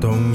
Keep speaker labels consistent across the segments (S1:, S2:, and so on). S1: 董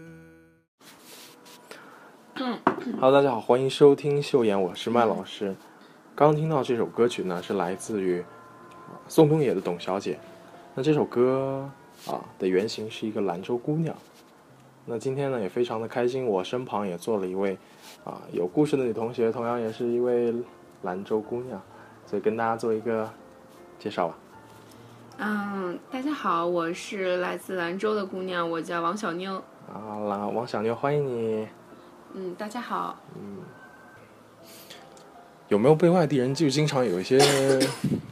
S2: Hello，大家好，欢迎收听秀妍，我是麦老师。刚听到这首歌曲呢，是来自于呃宋冬野的《董小姐》。那这首歌啊的原型是一个兰州姑娘。那今天呢，也非常的开心，我身旁也坐了一位啊有故事的女同学，同样也是一位兰州姑娘，所以跟大家做一个介绍吧。
S3: 嗯，大家好，我是来自兰州的姑娘，我叫王小妞。
S2: 啊，王王小妞，欢迎你。
S3: 嗯，大家好，
S2: 有没有被外地人就经常有一些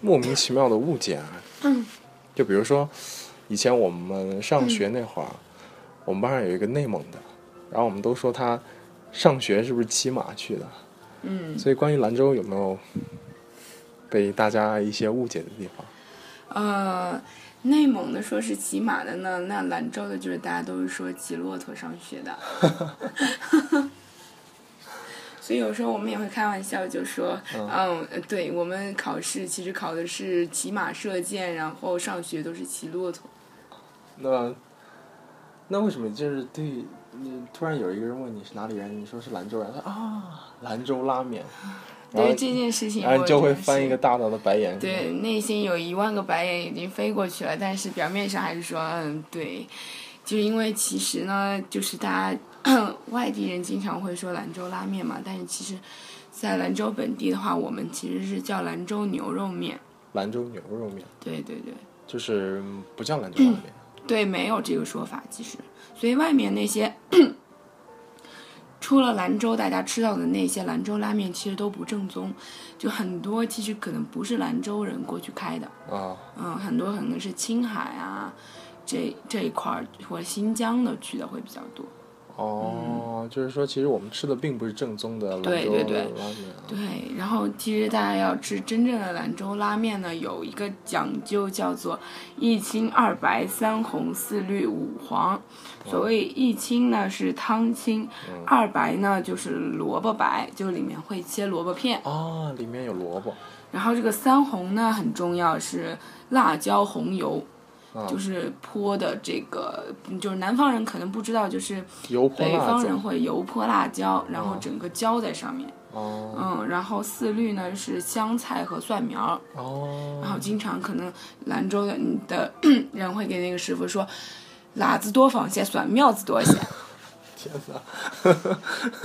S2: 莫名其妙的误解啊？
S3: 嗯
S2: 就比如说，以前我们上学那会儿，
S3: 嗯
S2: 我们班上有一个内蒙的，然后我们都说他上学是不是骑马去的？
S3: 嗯，
S2: 所以关于兰州有没有被大家一些误解的地方？
S3: 呃，内蒙的说是骑马的呢，那兰州的就是大家都是说骑骆驼上学的， 所以有时候我们也会开玩笑就说，嗯，呃对我们考试其实考的是骑马射箭，然后上学都是骑骆驼。
S2: 那那为什么就是对你突然有一个人问你是哪里人，你说是兰州人，他说啊兰州拉面，然
S3: 对
S2: 后
S3: 于这件事情，
S2: 然后
S3: 我
S2: 啊你就会
S3: 真的
S2: 翻
S3: 是
S2: 一个大大的白眼。是吗
S3: 对，内心有一万个白眼已经飞过去了，但是表面上还是说，嗯，对，就是因为其实呢，就是大家 外地人经常会说兰州拉面嘛，但是其实，在兰州本地的话，我们其实是叫兰州牛肉面。
S2: 兰州牛肉面，
S3: 对对对，
S2: 就是嗯不叫
S3: 嗯
S2: 兰州拉面。
S3: 对，没有这个说法，其实，所以外面那些 除了兰州大家吃到的那些兰州拉面，其实都不正宗，就很多其实可能不是兰州人过去开的。
S2: 啊，
S3: 嗯，很多可能是青海啊这这一块儿或者新疆的去的会比较多。
S2: 哦，就是说，其实我们吃的并不是正宗的兰州
S3: 嗯对对对
S2: 拉面啊。
S3: 对，然后其实大家要吃真正的兰州拉面呢，有一个讲究叫做一清二白三红四绿五黄。所谓一清呢是汤清，二白呢就是萝卜白，就里面会切萝卜片。
S2: 啊，里面有萝卜，
S3: 然后这个三红呢很重要，是辣椒红油，
S2: 啊
S3: 就是泼的这个，嗯就是南方人可能不知道，就是
S2: 油泼
S3: 北
S2: 辣
S3: 方人
S2: 子。
S3: 会油泼辣椒，然后整个浇在上面。
S2: 哦
S3: 嗯，然后四绿呢是香菜和蒜苗儿，然
S2: 哦，
S3: 后经常可能兰州的你的 人会给那个师傅说，辣子多放些，蒜苗子多些，
S2: 天哪，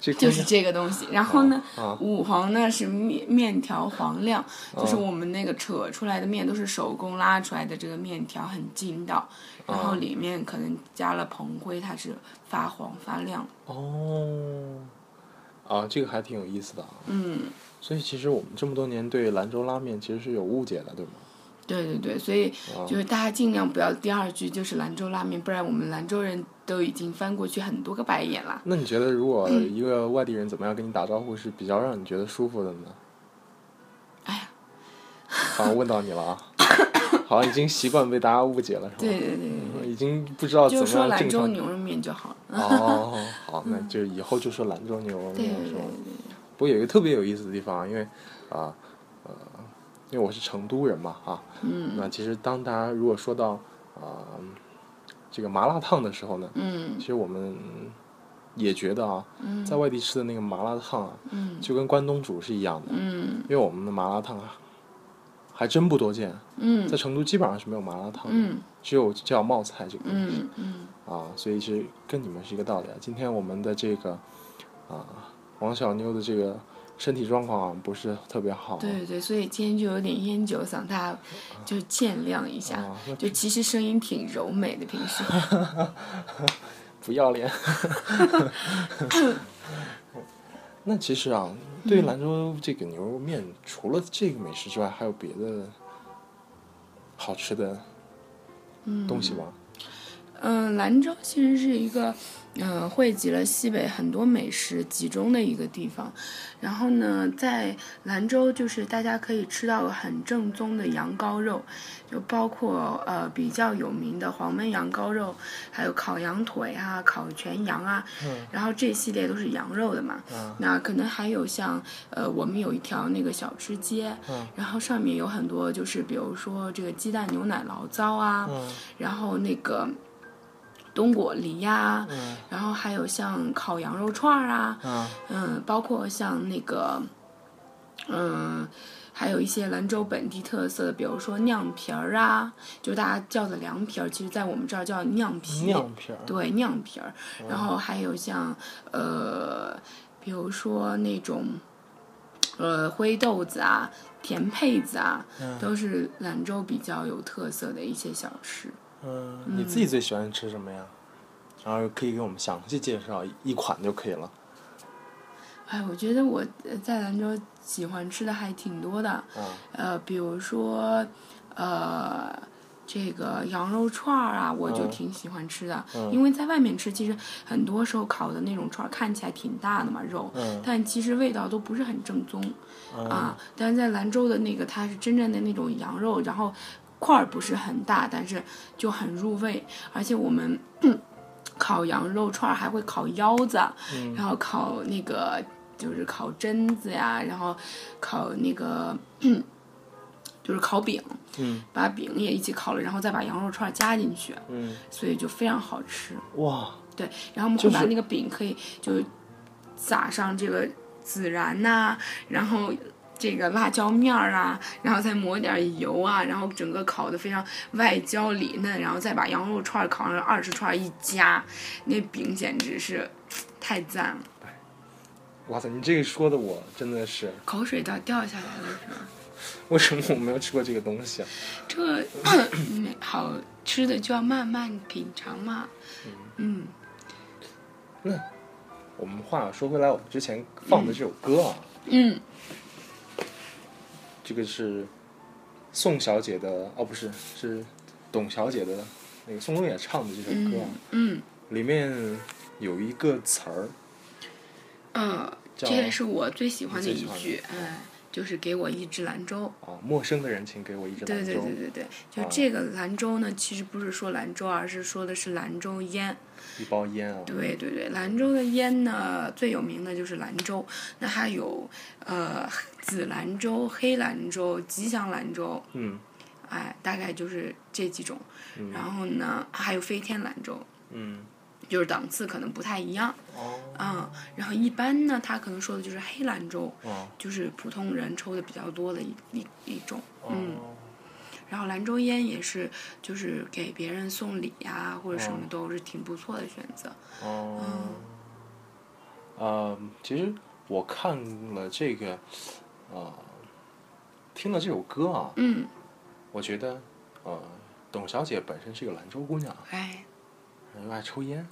S2: 这姑
S3: 就
S2: 娘
S3: 是这个东西。然后呢，
S2: 啊
S3: 五黄呢是面面条黄亮，就是我们那个扯出来的面都是手工拉出来的，这个面条很劲道，然后里面可能加了蓬灰，它是发黄发亮。
S2: 哦，啊，这个还挺有意思的啊。
S3: 嗯。
S2: 所以其实我们这么多年对兰州拉面其实是有误解的，对吗？
S3: 对对对，所以就是大家尽量不要第二句就是兰州拉面，不然我们兰州人都已经翻过去很多个白眼了。
S2: 那你觉得如果
S3: 嗯
S2: 一个外地人怎么样跟你打招呼是比较让你觉得舒服的呢？
S3: 哎呀，
S2: 好，问到你了啊。好像已经习惯被大家误解了，是吧？
S3: 对对对对
S2: 已经不知道嗯怎
S3: 对，就
S2: 么
S3: 说
S2: 样
S3: 兰
S2: 正
S3: 州
S2: 常。
S3: 牛肉面就好了。
S2: 哦， 好，那就以后就说兰州牛肉
S3: 对
S2: 面
S3: 对
S2: 是
S3: 对
S2: 吧？
S3: 对，
S2: 不过有一个特别有意思的地方，因为啊呃因为我是成都人嘛啊，
S3: 嗯
S2: 那其实当大家如果说到啊、这个麻辣烫的时候呢，
S3: 嗯
S2: 其实我们也觉得啊，
S3: 嗯
S2: 在外地吃的那个麻辣烫啊，
S3: 嗯
S2: 就跟关东煮是一样的，
S3: 嗯
S2: 因为我们的麻辣烫啊还真不多见，
S3: 嗯
S2: 在成都基本上是没有麻辣烫的，
S3: 嗯
S2: 只有叫冒菜这个东西、
S3: 嗯嗯
S2: 啊，所以是跟你们是一个道理啊。今天我们的这个啊王小妞的这个身体状况啊不是特别好，啊
S3: 对对对，所以今天就有点烟酒嗓，大家就见谅一下。
S2: 啊，那
S3: 就其实声音挺柔美的，平时。
S2: 不要脸。 那其实啊，对于兰州这个牛肉面，除了这个美食之外，还有别的好吃的东西吗？
S3: 嗯，兰州其实是一个，嗯、汇集了西北很多美食集中的一个地方。然后呢，在兰州就是大家可以吃到很正宗的羊羔肉，就包括呃比较有名的黄焖羊羔肉，还有烤羊腿啊、烤全羊啊，然后这系列都是羊肉的嘛。那可能还有像呃，我们有一条那个小吃街，然后上面有很多就是比如说这个鸡蛋牛奶醪糟啊，
S2: 嗯
S3: 然后那个冬果梨呀、然后还有像烤羊肉串儿啊，
S2: 嗯
S3: 嗯，包括像那个，嗯，还有一些兰州本地特色的，比如说酿皮儿啊，就大家叫的凉皮儿，其实在我们这儿叫酿皮，
S2: 酿皮儿，
S3: 对酿皮儿，然后还有像呃，比如说那种呃灰豆子啊、甜胚子啊，都是兰州比较有特色的一些小吃。
S2: 嗯，你自己最喜欢吃什么呀？然后可以给我们详细介绍一款就可以了。
S3: 哎，我觉得我呃在兰州喜欢吃的还挺多的，
S2: 啊
S3: 呃，比如说，呃，这个羊肉串儿啊，我就
S2: 嗯
S3: 挺喜欢吃的，
S2: 嗯
S3: 因为在外面吃，其实很多时候烤的那种串儿看起来挺大的嘛，肉，
S2: 嗯
S3: 但其实味道都不是很正宗
S2: 嗯
S3: 啊。但是在兰州的那个，它是真正的那种羊肉，然后块儿不是很大，但是就很入味，而且我们。 烤羊肉串儿还会烤腰子，
S2: 嗯
S3: 然后烤那个就是烤榛子呀，然后烤那个 就是烤饼，
S2: 嗯
S3: 把饼也一起烤了，然后再把羊肉串儿加进去，
S2: 嗯，
S3: 所以就非常好吃。
S2: 哇，
S3: 对，然后我们
S2: 就
S3: 会
S2: 是
S3: 把那个饼可以就撒上这个孜然呐、然后这个辣椒面儿啊，然后再抹点油啊，然后整个烤的非常外焦里嫩，然后再把羊肉串儿烤上二十串儿一夹，那饼简直是太赞了，
S2: 哇塞，你这个说的我真的是，
S3: 口水都要掉下来了是吧？
S2: 为什么我没有吃过这个东西啊？
S3: 这 没好吃的就要慢慢品尝嘛，嗯
S2: 我们话说回来，我们之前放的这首歌啊，
S3: 嗯
S2: 这个是宋小姐的，哦，不是，是董小姐的，那个宋冬野唱的这首歌啊，
S3: 嗯嗯，
S2: 里面有一个词儿，
S3: 呃，
S2: 叫
S3: 这也是我最喜欢的
S2: 你最
S3: 一
S2: 喜欢的
S3: 句，嗯，就是给我一支兰州。
S2: 啊，陌生的人请给我一支
S3: 对
S2: 兰
S3: 对
S2: 州，
S3: 对对对，就
S2: 啊
S3: 这个兰州呢，其实不是说兰州，而是说的是兰州烟。
S2: 一包烟啊，
S3: 对对对，兰州的烟呢，最有名的就是兰州，那还有呃紫兰州、黑兰州、吉祥兰州，
S2: 嗯
S3: 哎，大概就是这几种。
S2: 嗯
S3: 然后呢，还有飞天兰州，
S2: 嗯，
S3: 就是档次可能不太一样
S2: 哦，
S3: 啊、然后一般呢，他可能说的就是黑兰州，
S2: 哦，
S3: 就是普通人抽的比较多的一一一种。嗯。
S2: 哦，
S3: 然后兰州烟也是，就是给别人送礼呀、或者什么都是挺不错的选择。
S2: 哦，呃，其实我看了这个，呃，听了这首歌啊，
S3: 嗯，
S2: 我觉得，呃，董小姐本身是个兰州姑娘，
S3: 哎，
S2: 又爱抽烟。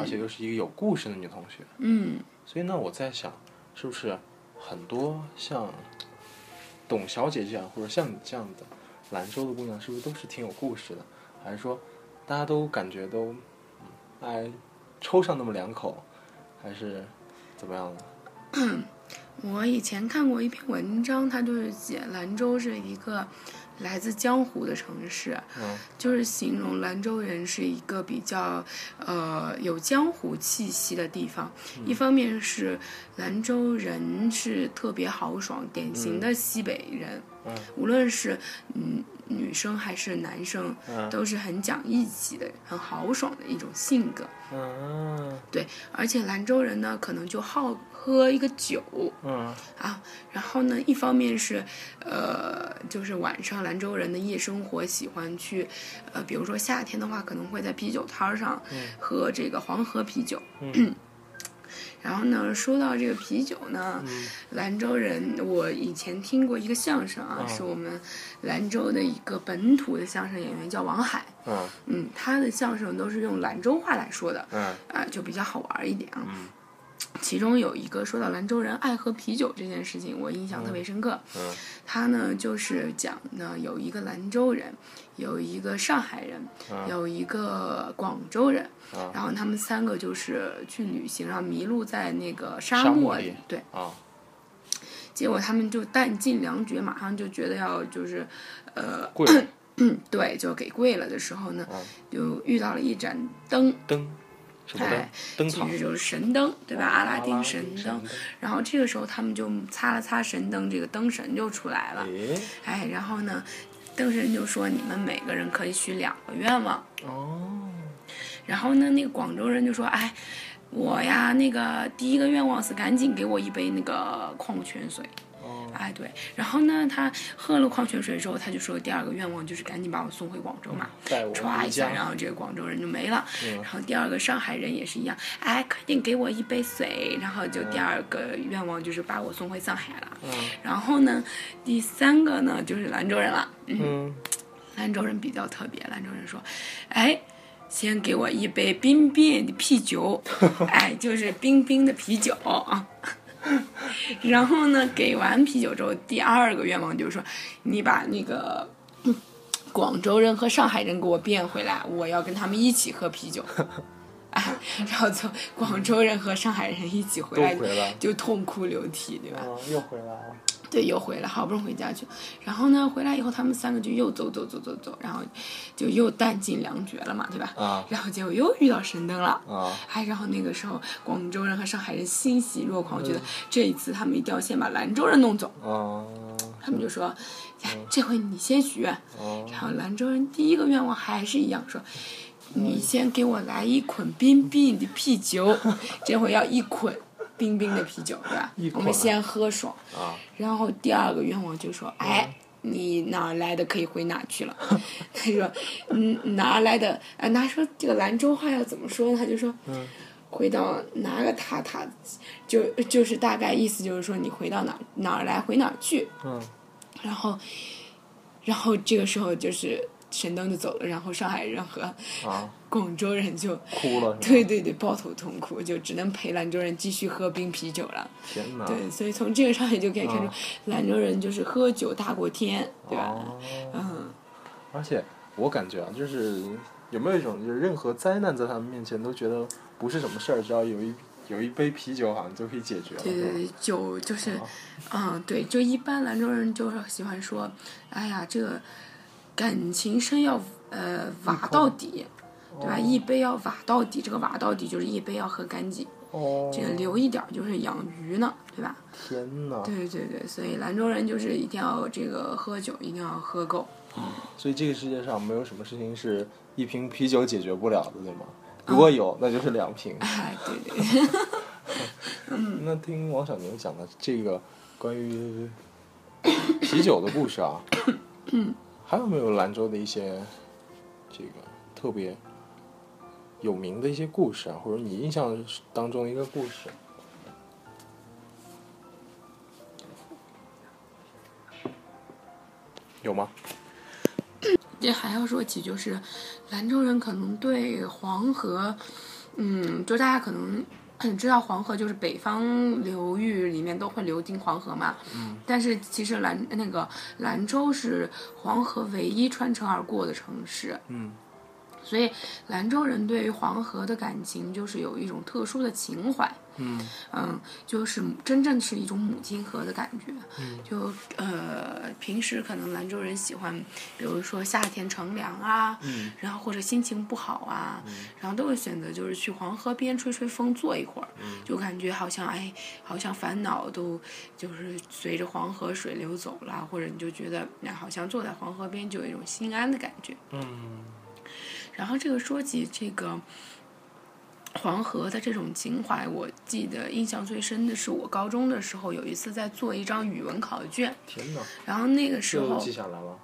S2: 而且
S3: 嗯
S2: 又是一个有故事的女同学，
S3: 嗯
S2: 所以呢，我在想，是不是很多像董小姐这样，或者像你这样的兰州的姑娘，是不是都是挺有故事的？还是说大家都感觉都嗯爱抽上那么两口，还是怎么样的？
S3: 我以前看过一篇文章，它就是写兰州是一个来自江湖的城市，
S2: 嗯
S3: 就是形容兰州人是一个比较呃有江湖气息的地方。
S2: 嗯
S3: 一方面是兰州人是特别豪爽，典型的西北人，
S2: 嗯
S3: 无论是嗯女生还是男生，
S2: 嗯
S3: 都是很讲义气的，很豪爽的一种性格。
S2: 嗯
S3: 对，而且兰州人呢，可能就好喝一个酒，
S2: 嗯
S3: 啊，然后呢，一方面是，呃，就是晚上兰州人的夜生活喜欢去，呃，比如说夏天的话，可能会在啤酒摊儿上喝这个黄河啤酒。
S2: 嗯
S3: 然后呢，说到这个啤酒呢，兰州人，我以前听过一个相声啊，
S2: 嗯
S3: 是我们兰州的一个本土的相声演员叫王海，
S2: 嗯
S3: 嗯，他的相声都是用兰州话来说的，
S2: 嗯
S3: 啊，就比较好玩儿一点啊。
S2: 嗯
S3: 其中有一个说到兰州人爱喝啤酒这件事情，我印象特别深刻。
S2: 嗯
S3: 他呢就是讲呢有一个兰州人，有一个上海人，
S2: 嗯
S3: 有一个广州人，
S2: 嗯
S3: 然后他们三个就是去旅行，然后迷路在那个
S2: 沙
S3: 沙
S2: 漠
S3: 漠
S2: 里
S3: 对，
S2: 啊
S3: 结果他们就弹尽粮绝，马上就觉得要就是，呃，
S2: 贵人
S3: 对，就给跪了的时候呢，
S2: 嗯
S3: 就遇到了一盏灯，
S2: 灯什么灯
S3: 哎
S2: 灯
S3: 其
S2: 塔
S3: 实就是神灯，对
S2: 嗯
S3: 吧？阿拉丁神灯
S2: 灯。
S3: 然后这个时候他们就擦了擦神灯，这个灯神就出来了。
S2: 诶
S3: 哎，然后呢，灯神就说你们每个人可以许两个愿望。
S2: 哦
S3: 然后呢，那个广州人就说，哎，我呀，那个第一个愿望是赶紧给我一杯那个矿泉水。
S2: 哦
S3: 哎，对，然后呢，他喝了矿泉水之后，他就说第二个愿望就是赶紧把我送回广州嘛，
S2: 带我
S3: 歘
S2: 嗯回
S3: 一下，
S2: 家
S3: 然后这个广州人就没了。
S2: 嗯
S3: 然后第二个上海人也是一样，哎，快点给我一杯水，然后就第二个愿望就是把我送回上海了。
S2: 嗯
S3: 然后呢，第三个呢就是兰州人了，嗯，
S2: 嗯
S3: 兰州人比较特别，兰州人说，哎。先给我一杯冰冰的 啤酒，哎，就是冰冰的啤酒啊。 然后呢，给完啤酒之后，第二个愿望就是说，你把那个嗯广州人和上海人给我变回来，我要跟他们一起喝啤酒。 哎，然后就广州人和上海人一起回来，
S2: 都回来
S3: 就痛哭流涕，对吧？
S2: 哦又回来了
S3: 对，又回来，好不容易回家去。然后呢，回来以后他们三个就又走走走走走，然后就又弹尽粮绝了嘛，对吧？
S2: 啊
S3: 然后结果又遇到神灯了。
S2: 啊
S3: 哎，然后那个时候，广州人和上海人欣喜若狂，
S2: 嗯
S3: 觉得这一次他们一定要先把兰州人弄走。
S2: 啊
S3: 他们就说：“哎，
S2: 嗯
S3: 这回你先许愿。”
S2: 啊
S3: 然后兰州人第一个愿望还是一样，说：“
S2: 嗯
S3: 你先给我来一捆冰冰的啤酒，这回要一捆冰冰的啤酒，对吧
S2: 一？
S3: 我
S2: 捆
S3: 们先喝爽。”
S2: 啊
S3: 然后第二个愿望就说：“哎，你哪儿来的可以回哪儿去了。” 他说：“嗯，哪儿来的？啊，他说这个兰州话要怎么说呢？他就说，
S2: 嗯
S3: 回到哪个塔塔，就就是大概意思就是说你回到哪儿哪儿来回哪儿去。
S2: 嗯
S3: 然后，然后这个时候就是神灯就走了，然后上海人和
S2: 啊
S3: 广州人就。”
S2: 哭了是
S3: 对
S2: 吧？
S3: 对对，抱头痛哭，就只能陪兰州人继续喝冰啤酒了。
S2: 天哪！
S3: 对，所以从这个上也就可以看出
S2: 嗯，
S3: 兰州人就是喝酒大过天，对吧？
S2: 哦
S3: 嗯，
S2: 而且我感觉啊，就是有没有一种，就是任何灾难在他们面前都觉得不是什么事儿，只要有一有一杯啤酒，好像就可以解决了，
S3: 对对
S2: 是吧？
S3: 对，酒就是
S2: 哦，
S3: 嗯，对，就一般兰州人就是喜欢说，哎呀，这个感情深要呃瓦到底，对吧？一杯要瓦到底，这个瓦到底就是一杯要喝干净，
S2: 哦，
S3: 这个留一点儿就是养鱼呢，对吧？
S2: 天哪！
S3: 对对对，所以兰州人就是一定要这个喝酒，一定要 喝够。
S2: 所以这个世界上没有什么事情是一瓶啤酒解决不了的，对吗？如果有，那就是两瓶。
S3: 哎，对对，
S2: 那听王小宁讲的这个关于啤酒的故事啊，还有没有兰州的一些这个特别有名的一些故事啊，或者你印象当中的一个故事？有吗？
S3: 这还要说起，就是兰州人可能对黄河，嗯，就大家可能很知道黄河就是北方流域里面都会流经黄河嘛，嗯，但是其实兰那个兰州是黄河唯一穿城而过的城市，
S2: 嗯，
S3: 所以兰州人对于黄河的感情就是有一种特殊的情怀，
S2: 嗯
S3: 嗯，就是真正是一种母亲河的感觉。
S2: 嗯
S3: 就呃，平时可能兰州人喜欢，比如说夏天乘凉啊，
S2: 嗯
S3: 然后或者心情不好啊，然后都会选择就是去黄河边吹吹风，坐一会儿，就感觉好像哎，好像烦恼都就是随着黄河水流走了，或者你就觉得哎好像坐在黄河边就有一种心安的感觉。
S2: 嗯
S3: 然后这个说起这个黄河的这种情怀，我记得印象最深的是我高中的时候有一次在做一张语文考卷，
S2: 天哪，
S3: 然后那个时
S2: 这都
S3: 候
S2: 记下来了。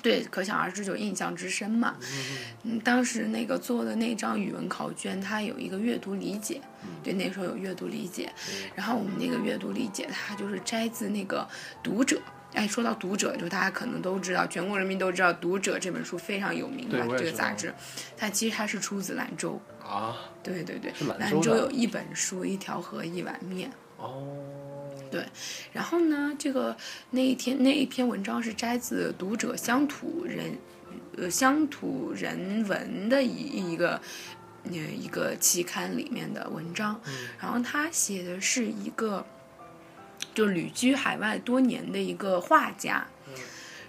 S3: 对，可想而知就印象之深嘛。嗯，当时那个做的那张语文考卷，它有一个阅读理解，
S2: 嗯
S3: 对，那时候有阅读理解，然后我们那个阅读理解，它就是摘自那个《读者》。哎，说到《读者》，就大家可能都知道，全国人民都知道《读者》这本书非常有名
S2: 对
S3: 吧
S2: 我？也
S3: 这个
S2: 知
S3: 杂
S2: 道
S3: 志，它其实它是出自兰州。
S2: 啊，
S3: 对对对
S2: 是，兰
S3: 兰
S2: 州
S3: 州
S2: 的
S3: 有一本书，一条河，一碗面。
S2: 哦，
S3: 然后呢，这个那一天那一篇文章是摘自读者乡土人，呃乡土人文的一一个。呃，一个期刊里面的文章，然后他写的是一个，就旅居海外多年的一个画家，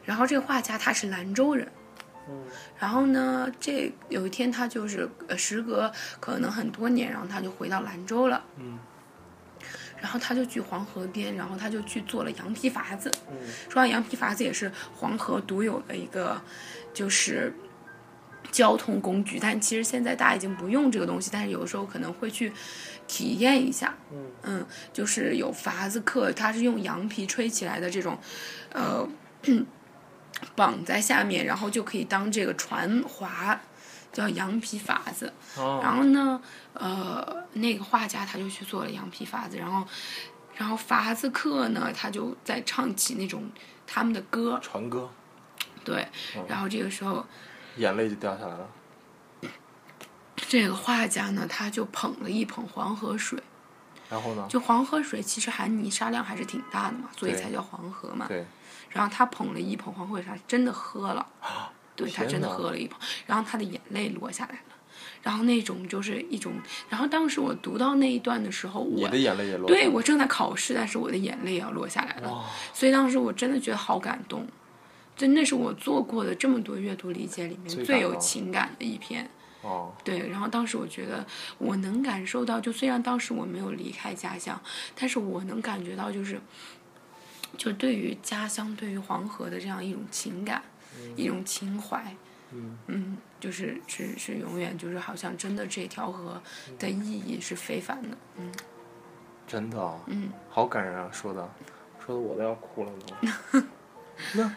S3: 然后这个画家他是兰州人，然后呢，这有一天他就是呃，时隔可能很多年，然后他就回到兰州了。
S2: 嗯。
S3: 然后他就去黄河边，然后他就去做了羊皮筏子。
S2: 嗯
S3: 说到羊皮筏子也是黄河独有的一个，就是交通工具。但其实现在大家已经不用这个东西，但是有时候可能会去体验一下。
S2: 嗯
S3: 就是有筏子客，它是用羊皮吹起来的这种，呃，绑在下面，然后就可以当这个船划，叫羊皮筏子。然
S2: 哦，
S3: 后呢，呃，那个画家他就去做了羊皮筏子，然后，然后筏子客呢，他就在唱起那种他们的歌，
S2: 船哥，
S3: 对，
S2: 哦
S3: 然后这个时候，
S2: 眼泪就掉下来了。
S3: 这个画家呢，他就捧了一捧黄河水，
S2: 然后呢？
S3: 就黄河水其实含泥沙量还是挺大的嘛，所以
S2: 对
S3: 才叫黄河嘛。
S2: 对，
S3: 然后他捧了一捧黄河水，他真的喝了，对他
S2: 啊天
S3: 真的
S2: 哪
S3: 喝了一捧，然后他的眼泪落下来了，然后那种就是一种，然后当时我读到那一段的时候，
S2: 你
S3: 我
S2: 的眼泪也落下来
S3: 对
S2: 了。
S3: 我正在考试，但是我的眼泪要落下来了，
S2: 哇，
S3: 所以当时我真的觉得好感动，真的是我做过的这么多阅读理解里面
S2: 最
S3: 最
S2: 感
S3: 有
S2: 动
S3: 情感的一篇。
S2: 哦，
S3: 对，然后当时我觉得我能感受到，就虽然当时我没有离开家乡，但是我能感觉到，就是，就对于家乡、对于黄河的这样一种情感，一种情怀，
S2: 嗯
S3: 就是是是永远就是好像真的这条河的意义是非凡的，嗯
S2: 真的啊，
S3: 嗯，
S2: 好感人啊，说的，说的我都要哭了都。 那，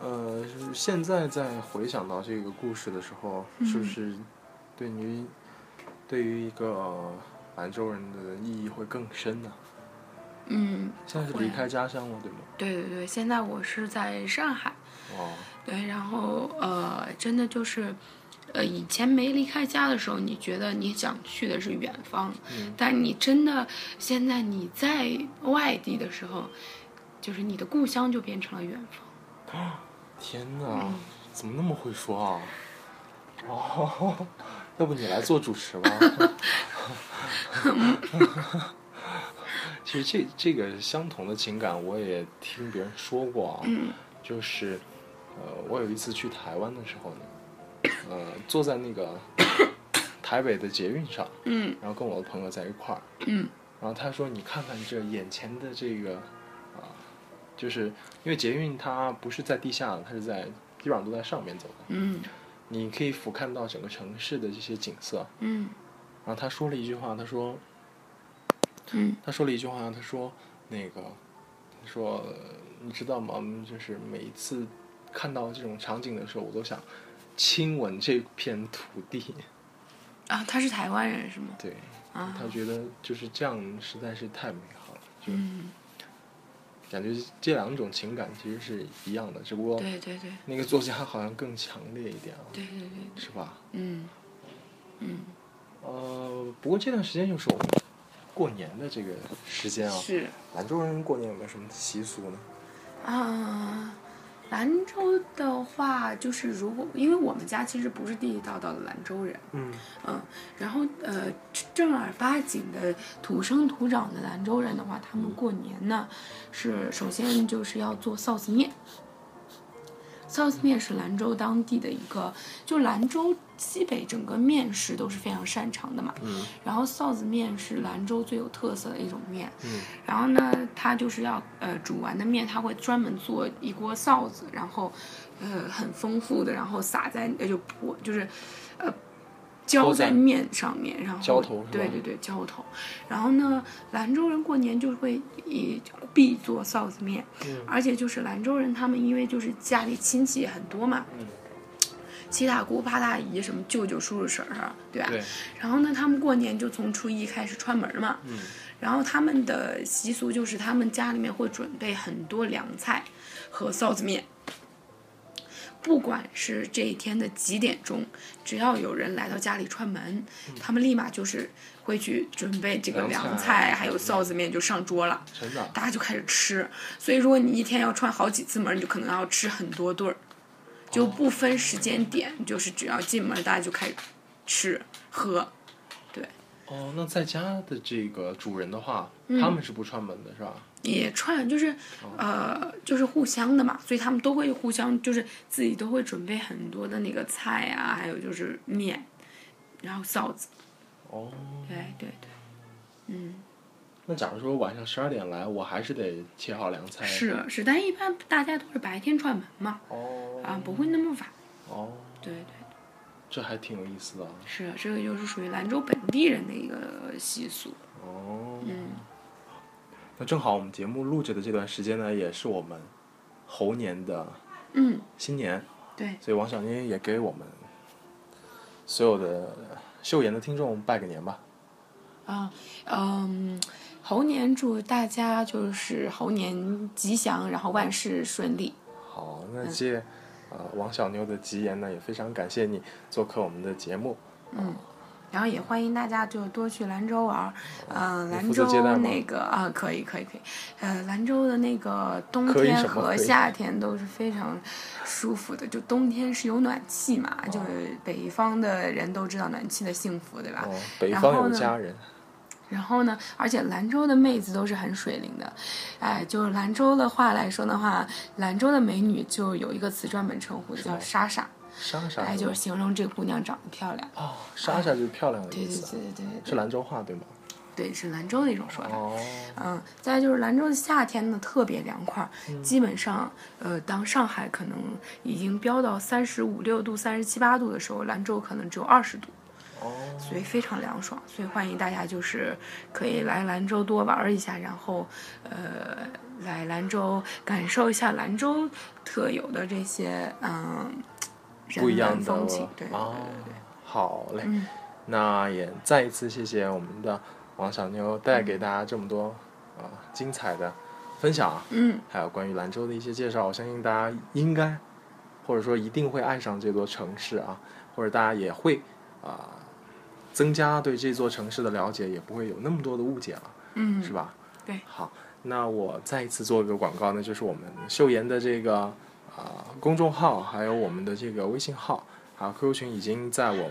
S2: 呃，就是现在再回想到这个故事的时候，是
S3: 嗯
S2: 不是对于对于一个呃兰州人的意义会更深呢？
S3: 嗯，
S2: 现在是
S3: 会
S2: 离
S3: 啊
S2: 开家乡了，对吗？
S3: 对对对，现在我是在上海，
S2: 哦，
S3: 对，然后呃，真的就是，呃，以前没离开家的时候，你觉得你想去的是远方，
S2: 嗯
S3: 但你真的现在你在外地的时候，就是你的故乡就变成了远方。
S2: 天哪，
S3: 嗯
S2: 怎么那么会说啊？哦， 要不你来做主持吧？ 其实这这个相同的情感，我也听别人说过啊，
S3: 嗯
S2: 就是，呃，我有一次去台湾的时候呢，呃，坐在那 个台北的捷运上，
S3: 嗯
S2: 然后跟我的朋友在一块儿，
S3: 嗯
S2: 然后他说：“你看看这眼前的这个，啊，就是因为捷运它不是在地下的，它是在基本上都在上面走的，
S3: 嗯
S2: 你可以俯瞰到整个城市的这些景色。
S3: 嗯”
S2: 然后他说了一句话，他说
S3: 嗯
S2: 他说了一句话，他说那个，他说呃你知道吗？嗯就是每一次看到这种场景的时候，我都想亲吻这片土地。
S3: 啊，他是台湾人是吗？
S2: 对，
S3: 啊，
S2: 他觉得就是这样实在是太美好了，就。
S3: 嗯，
S2: 感觉这两种情感其实是一样的，只不过
S3: 对对对
S2: 那个作家好像更强烈一点啊，
S3: 对对对，
S2: 是吧？
S3: 嗯嗯，
S2: 呃，不过这段时间就是我们过年的这个时间啊，
S3: 是
S2: 兰州人过年有没有什么习俗呢？
S3: 啊。兰州的话，就是如果因为我们家其实不是地地道道的兰州人，
S2: 嗯
S3: 然后呃正儿八经的土生土长的兰州人的话，他
S2: 嗯
S3: 们过年呢是首先就是要做臊子面。臊子面是兰州当地的一个，就兰州西北整个面食都是非常擅长的嘛。
S2: 嗯
S3: 然后臊子面是兰州最有特色的一种面，
S2: 嗯
S3: 然后呢，它就是要呃煮完的面，它会专门做一锅臊子，然后呃很丰富的，然后撒在呃就泼就是呃浇
S2: 浇在
S3: 在面上面，然后
S2: 浇头是吧
S3: 对对对浇头，然后呢，兰州人过年就会以呃必做臊子面，
S2: 嗯
S3: 而且就是兰州人他们因为就是家里亲戚也很多嘛，
S2: 嗯
S3: 七大姑八大姨什么舅舅叔叔婶婶儿，啊对吧、
S2: 对，
S3: 然后呢，他们过年就从初一开始串门儿嘛，
S2: 嗯
S3: 然后他们的习俗就是他们家里面会准备很多凉菜和臊子面。不管是这一天的几点钟，只要有人来到家里串门，他们立马就是会去准备这个
S2: 凉
S3: 凉
S2: 菜
S3: 菜，还有臊子面就上桌了，
S2: 真的
S3: 大家就开始吃。所以如果你一天要串好几次门，你就可能要吃很多顿儿，就不分时间点，就是只要进门大家就开始吃喝。
S2: 哦。那在家的这个主人的话，
S3: 嗯
S2: 他们是不串门的是吧？
S3: 也串就是，呃，就是互相的嘛，所以他们都会互相，就是自己都会准备很多的那个菜啊，还有就是面，然后臊子，
S2: 哦，
S3: 对对对，嗯，
S2: 那假如说晚上十二点来，我还是得切好凉菜。
S3: 是是，但一般大家都是白天串门嘛，
S2: 哦
S3: 啊，不会那么晚，
S2: 哦，
S3: 对对，
S2: 这还挺有意思的啊。
S3: 是这个就是属于兰州本地人的一个习俗，
S2: 哦，
S3: 嗯，
S2: 那正好我们节目录制的这段时间呢，也是我们猴年的
S3: 嗯，
S2: 新年，
S3: 对，
S2: 所以王小妮也给我们所有的秀妍的听众拜个年吧。
S3: 啊，嗯，猴年祝大家就是猴年吉祥，然后万事顺利，
S2: 好，那
S3: 嗯
S2: 借、呃王小妞的吉言呢，也非常感谢你做客我们的节目。
S3: 嗯，然后也欢迎大家就多去兰州玩儿，嗯、
S2: 你
S3: 兰
S2: 负责
S3: 州
S2: 接待吗
S3: 那个啊、可以可以可以，呃，兰州的那个冬
S2: 可以
S3: 天
S2: 什么可
S3: 和
S2: 以
S3: 夏天都是非常舒服的，就冬天是有暖气嘛，就
S2: 哦
S3: 是北方的人都知道暖气的幸福，对吧？
S2: 哦，北
S3: 啊然
S2: 方
S3: 后
S2: 有
S3: 呢
S2: 佳人，
S3: 然后呢，而且兰州的妹子都是很水灵的，哎，就是兰州的话来说的话，兰州的美女就有一个词专门称呼
S2: 吗
S3: 叫莎莎，
S2: 莎莎
S3: 哎，
S2: 是
S3: 就
S2: 吗
S3: 是形容这姑娘长得漂亮。
S2: 哦，莎莎就是漂亮的
S3: 对
S2: 意
S3: 对
S2: 思
S3: 对
S2: 啊，
S3: 对对对，
S2: 是兰州话对吗？
S3: 对是兰州的一种说法。
S2: 哦，
S3: 嗯，再就是兰州的夏天呢，特别凉快儿，
S2: 嗯
S3: 基本上，呃，当上海可能已经飙到三十五六度、三十七八度的时候，兰州可能只有二十度，
S2: 哦，
S3: 所以非常凉爽。所以欢迎大家就是可以来兰州多玩儿一下，然后，呃，来兰州感受一下兰州特有的这些嗯、人
S2: 不一样
S3: 文
S2: 的
S3: 风情。对对对
S2: 哦
S3: 对对，
S2: 好嘞，
S3: 嗯
S2: 那也再一次谢谢我们的王小妞带给大家这么多啊、呃精彩的分享啊，
S3: 嗯，
S2: 还有关于兰州的一些介绍，我相信大家应该或者说一定会爱上这座城市啊，或者大家也会啊、增加对这座城市的了解，也不会有那么多的误解了，
S3: 嗯
S2: 是吧？
S3: 对
S2: 好，那我再一次做一个广告呢，就是我们秀妍的这个啊、公众号，还有我们的这个微信号，还有 QQ 群已经在我们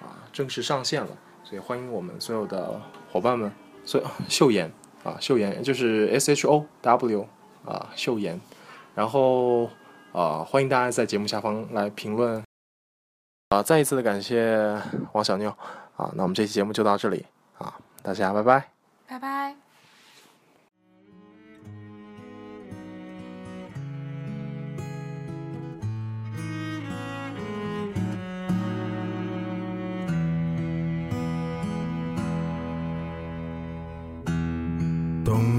S2: 啊、正式上线了，所以欢迎我们所有的伙伴们，所有秀妍啊、秀妍就是 S H O W 啊、秀妍，然后啊、欢迎大家在节目下方来评论啊、再一次的感谢王小妞啊、那我们这期节目就到这里啊，大家拜拜。
S3: 拜拜。
S1: 董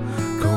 S1: 可